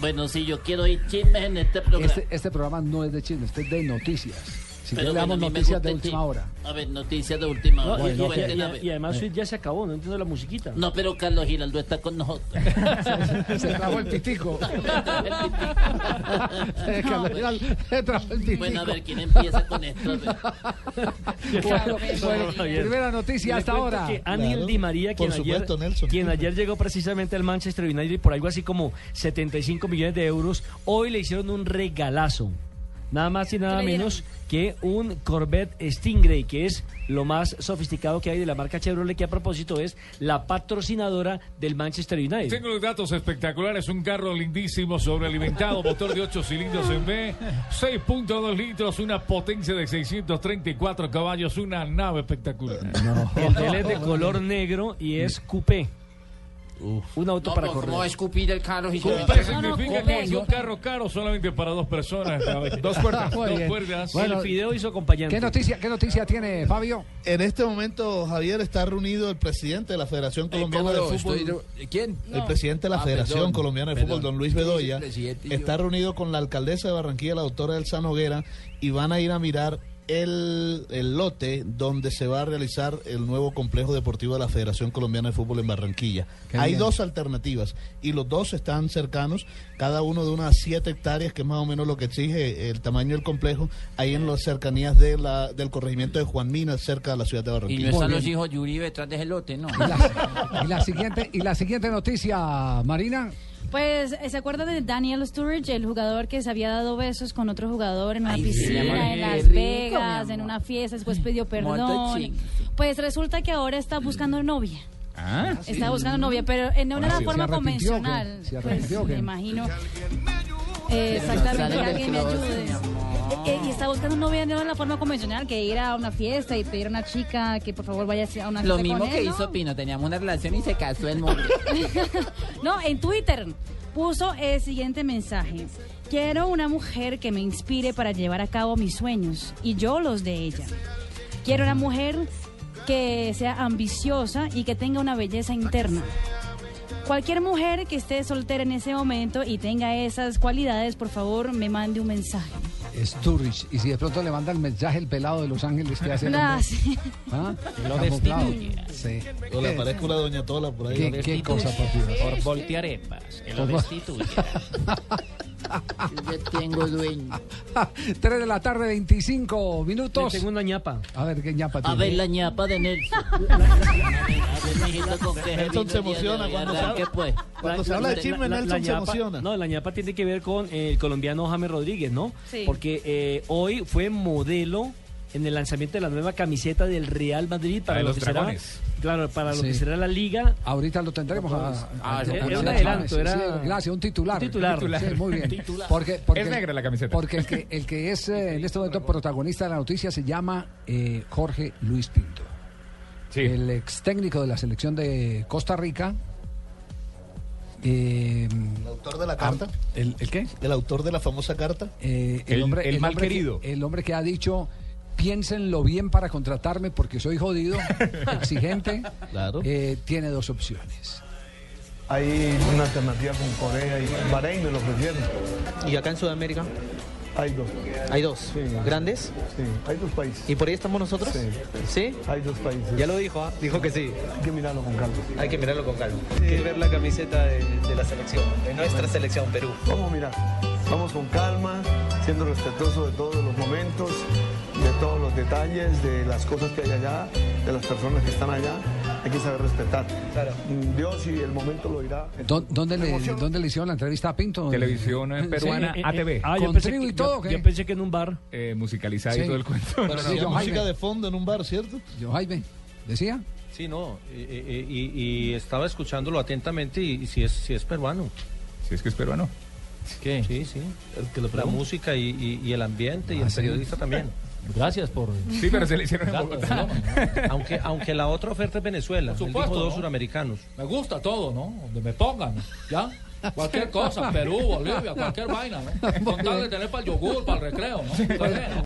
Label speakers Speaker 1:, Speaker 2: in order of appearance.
Speaker 1: Bueno, sí, yo quiero ir chismes en este programa.
Speaker 2: Este, este programa no es de chisme, este es de noticias. Si
Speaker 1: Pero
Speaker 2: quiere, le
Speaker 1: bueno, a
Speaker 2: damos
Speaker 1: mí me
Speaker 2: noticias
Speaker 1: gusta
Speaker 2: de
Speaker 1: el
Speaker 2: última
Speaker 1: chisme.
Speaker 2: hora.
Speaker 1: A ver, noticias de última hora.
Speaker 3: No, y, y-
Speaker 1: No, venden,
Speaker 3: y-
Speaker 1: a ver.
Speaker 3: y además Sweet ya se acabó, no entiendo la musiquita.
Speaker 1: No, pero Carlos Giraldo está con nosotros.
Speaker 2: Se trajo el pitico. Se trajo el pitico.
Speaker 1: bueno, a ver, ¿quién empieza con esto? A ver.
Speaker 2: Bueno,
Speaker 3: Claro, Javier.
Speaker 2: primera noticia
Speaker 3: Le
Speaker 2: hasta
Speaker 3: cuento
Speaker 2: ahora.
Speaker 3: Que Ángel
Speaker 4: Claro.
Speaker 3: Di María, quien,
Speaker 4: Por supuesto,
Speaker 3: ayer,
Speaker 4: Nelson.
Speaker 3: quien ayer llegó precisamente al Manchester United por algo así como 75 millones de euros, hoy le hicieron un regalazo. Nada más y nada
Speaker 5: le dieron?
Speaker 3: menos que un Corvette Stingray, que es lo más sofisticado que hay de la marca Chevrolet, que a propósito es la patrocinadora del Manchester United.
Speaker 6: Tengo los datos espectaculares, un carro lindísimo, sobrealimentado, motor de 8 cilindros en B, 6.2 litros, una potencia de 634 caballos, una nave espectacular.
Speaker 3: El de él es de color negro y es coupé. Un auto
Speaker 1: No,
Speaker 3: para
Speaker 1: pues,
Speaker 3: correr.
Speaker 1: ¿Cómo escupir el carro? y-
Speaker 6: Coupé
Speaker 5: No, no,
Speaker 6: significa
Speaker 5: coupé,
Speaker 6: que es un
Speaker 5: coupé.
Speaker 6: carro caro solamente para dos personas. ¿sabes? Dos puertas.
Speaker 2: Muy
Speaker 6: Dos
Speaker 2: bien.
Speaker 6: puertas.
Speaker 2: Bueno,
Speaker 3: el video y su acompañante.
Speaker 2: ¿Qué noticia, ¿Qué noticia tiene Fabio?
Speaker 4: En este momento, Javier, está reunido el presidente de la
Speaker 7: Eh,
Speaker 4: Federación Colombiana de Fútbol.
Speaker 7: ¿Quién?
Speaker 4: El presidente de la
Speaker 7: Ah,
Speaker 4: Federación
Speaker 7: perdón,
Speaker 4: Colombiana de
Speaker 7: perdón.
Speaker 4: Fútbol, don Luis
Speaker 7: Sí, sí,
Speaker 4: Bedoya,
Speaker 7: presidente, yo-
Speaker 4: está reunido con la alcaldesa de Barranquilla, la doctora Elsa Noguera, y van a ir a mirar el, el lote donde se va a realizar el nuevo complejo deportivo de la Federación Colombiana de Fútbol en Barranquilla.
Speaker 2: Qué
Speaker 4: Hay
Speaker 2: bien.
Speaker 4: dos alternativas y los dos están cercanos, cada uno de unas 7 hectáreas, que es más o menos lo que exige el tamaño del complejo, ahí en las cercanías de la, del corregimiento de Juan Minas, cerca de la ciudad de
Speaker 7: Y
Speaker 4: Barranquilla.
Speaker 7: no están los hijos de Uribe detrás de ese lote, ¿no?
Speaker 5: Ah,
Speaker 2: Y la, y la siguiente, y la siguiente noticia, Marina.
Speaker 5: Pues, eh, ¿se acuerdan de Daniel Sturridge, el jugador que se había dado besos con otro jugador en una
Speaker 7: Ay, sí, mi amor.
Speaker 5: piscina, en
Speaker 7: Qué
Speaker 5: Las
Speaker 7: rico, mi
Speaker 5: Vegas,
Speaker 7: amor.
Speaker 5: en una fiesta, después pidió
Speaker 7: Monta
Speaker 5: perdón?
Speaker 7: chic.
Speaker 5: Pues resulta que ahora está buscando novia.
Speaker 7: Ah,
Speaker 5: Está buscando novia, pero en
Speaker 2: Bueno,
Speaker 5: una
Speaker 2: sí,
Speaker 5: forma
Speaker 2: ¿se arrepintió o qué?
Speaker 5: convencional.
Speaker 2: ¿Se
Speaker 5: Pues,
Speaker 2: arrepintió o qué?
Speaker 5: me imagino. Eh, Exactamente,
Speaker 7: Sale
Speaker 5: que
Speaker 7: del
Speaker 5: alguien me
Speaker 7: closet,
Speaker 5: ayude.
Speaker 7: mi amor.
Speaker 5: Eh, Y está buscando novia no en la forma convencional, que ir a una fiesta y pedir a una chica que por favor vaya a una fiesta.
Speaker 7: Lo mismo
Speaker 5: con él,
Speaker 7: que
Speaker 5: ¿no?
Speaker 7: hizo Pino, teníamos una relación y se casó el mundo.
Speaker 5: No, en Twitter puso el siguiente mensaje. Quiero una mujer que me inspire para llevar a cabo mis sueños y yo los de ella. Quiero una mujer que sea ambiciosa y que tenga una belleza interna. Cualquier mujer que esté soltera en ese momento y tenga esas cualidades, por favor, me mande un mensaje.
Speaker 2: Sturridge. Y si de pronto le manda el mensaje el pelado de Los Ángeles que hace. el
Speaker 5: Nada,
Speaker 2: hombre?
Speaker 5: sí.
Speaker 2: ¿Ah?
Speaker 3: Lo
Speaker 2: Camuflado. Sí.
Speaker 4: O le aparezco la doña Tola por ahí.
Speaker 2: ¿Qué- qué cosa, por Dios?
Speaker 8: Por voltearepas, el
Speaker 2: Por-
Speaker 8: destituye.
Speaker 7: Yo tengo dueño.
Speaker 2: 3 de la tarde, 25
Speaker 3: Le
Speaker 2: minutos.
Speaker 3: tengo una ñapa.
Speaker 2: A ver qué ñapa
Speaker 1: A
Speaker 2: tiene.
Speaker 1: ver la ñapa de Nelson. A ver, mijito, ¿con qué vino el día
Speaker 4: Nelson se
Speaker 1: de
Speaker 4: emociona
Speaker 1: hoy?
Speaker 4: cuando
Speaker 1: Arranque,
Speaker 4: sabe.
Speaker 1: pues.
Speaker 4: Cuando se habla de chisme, Nelson se
Speaker 3: ñapa-
Speaker 4: emociona.
Speaker 3: No, la ñapa tiene que ver con eh, el colombiano James Rodríguez, ¿no?
Speaker 5: Sí.
Speaker 3: Porque eh, hoy fue modelo en el lanzamiento de la nueva camiseta del Real Madrid para
Speaker 9: Ah,
Speaker 6: La de
Speaker 3: lo
Speaker 6: los
Speaker 3: que será,
Speaker 6: dragones.
Speaker 3: claro, para lo
Speaker 2: Sí.
Speaker 3: que será la liga.
Speaker 2: Ahorita lo tendremos a,
Speaker 3: Ah,
Speaker 2: a-
Speaker 3: era-
Speaker 2: a-
Speaker 3: era un
Speaker 2: a-
Speaker 3: adelanto,
Speaker 2: sí,
Speaker 3: era-
Speaker 2: sí, gracias, un titular.
Speaker 3: Un titular.
Speaker 2: Sí, muy bien.
Speaker 1: Titular.
Speaker 2: Porque, porque-
Speaker 6: Es negra la camiseta.
Speaker 2: Porque el que, el que es eh, en este momento protagonista de la noticia se llama eh, Jorge Luis Pinto.
Speaker 6: Sí.
Speaker 2: El ex técnico de la selección de Costa Rica. eh,
Speaker 4: El autor de la carta.
Speaker 2: ¿el, el qué?
Speaker 4: El autor de la famosa carta.
Speaker 2: Eh, el,
Speaker 6: El-
Speaker 2: hombre,
Speaker 6: el mal
Speaker 2: hombre que-
Speaker 6: querido.
Speaker 2: el hombre que ha dicho, piénsenlo bien para contratarme porque soy jodido, exigente.
Speaker 4: Claro.
Speaker 2: eh, tiene dos opciones.
Speaker 10: Hay una alternativa con Corea y Bahrein me lo prefieren.
Speaker 9: Y acá en Sudamérica
Speaker 10: Hay dos.
Speaker 9: hay dos
Speaker 10: Sí.
Speaker 9: grandes.
Speaker 10: Sí, hay dos países.
Speaker 9: ¿Y por ahí estamos nosotros?
Speaker 10: Sí.
Speaker 9: ¿Sí?
Speaker 10: Hay dos países.
Speaker 9: Ya lo dijo, ¿ah? dijo que sí.
Speaker 10: Hay que mirarlo con calma.
Speaker 9: Hay que mirarlo con calma. Hay que ver la camiseta de, de la selección, de nuestra selección Perú.
Speaker 10: Vamos a mirar. Vamos con calma, siendo respetuosos de todos los momentos, de todos los detalles, de las cosas que hay allá, de las personas que están allá. Hay que saber respetar.
Speaker 9: Claro.
Speaker 10: Mm, Dios y el momento lo dirá.
Speaker 2: ¿Dó- ¿Dónde
Speaker 10: Me
Speaker 2: le,
Speaker 10: emociono.
Speaker 2: ¿Dónde le hicieron la entrevista a Pinto?
Speaker 6: Televisión, eh,
Speaker 2: Sí.
Speaker 6: peruana.
Speaker 3: Eh, eh,
Speaker 6: ATV.
Speaker 3: eh, ah, yo
Speaker 2: ¿Con
Speaker 3: pensé
Speaker 2: trigo
Speaker 3: que-
Speaker 2: y todo,
Speaker 3: yo-
Speaker 2: o qué?
Speaker 3: yo pensé que en un bar.
Speaker 6: Eh, musicalizada
Speaker 2: Sí.
Speaker 6: y todo el cuento.
Speaker 4: Pero
Speaker 2: Sí,
Speaker 4: había
Speaker 2: John
Speaker 4: música
Speaker 2: Jaime.
Speaker 4: de fondo en un bar, ¿cierto?
Speaker 2: Yo, Jaime, ¿decía?
Speaker 9: Sí, no. eh, Y, estaba escuchándolo atentamente y, si, es, si es peruano.
Speaker 6: Si es que es peruano.
Speaker 9: ¿Qué? Sí, sí. la música y, el ambiente y el periodista también.
Speaker 8: Gracias por.
Speaker 6: Sí, pero se le hicieron en Bogotá.
Speaker 9: Aunque, aunque la otra oferta es Venezuela.
Speaker 8: Por Él dijo supuesto, dos ¿no?
Speaker 9: suramericanos.
Speaker 8: Me gusta todo, ¿no? Donde me pongan, ¿ya? Cualquier cosa, Perú, Bolivia, cualquier vaina, ¿no? Con tal de tener para el yogur, para el recreo, ¿no? Está bien, ¿no?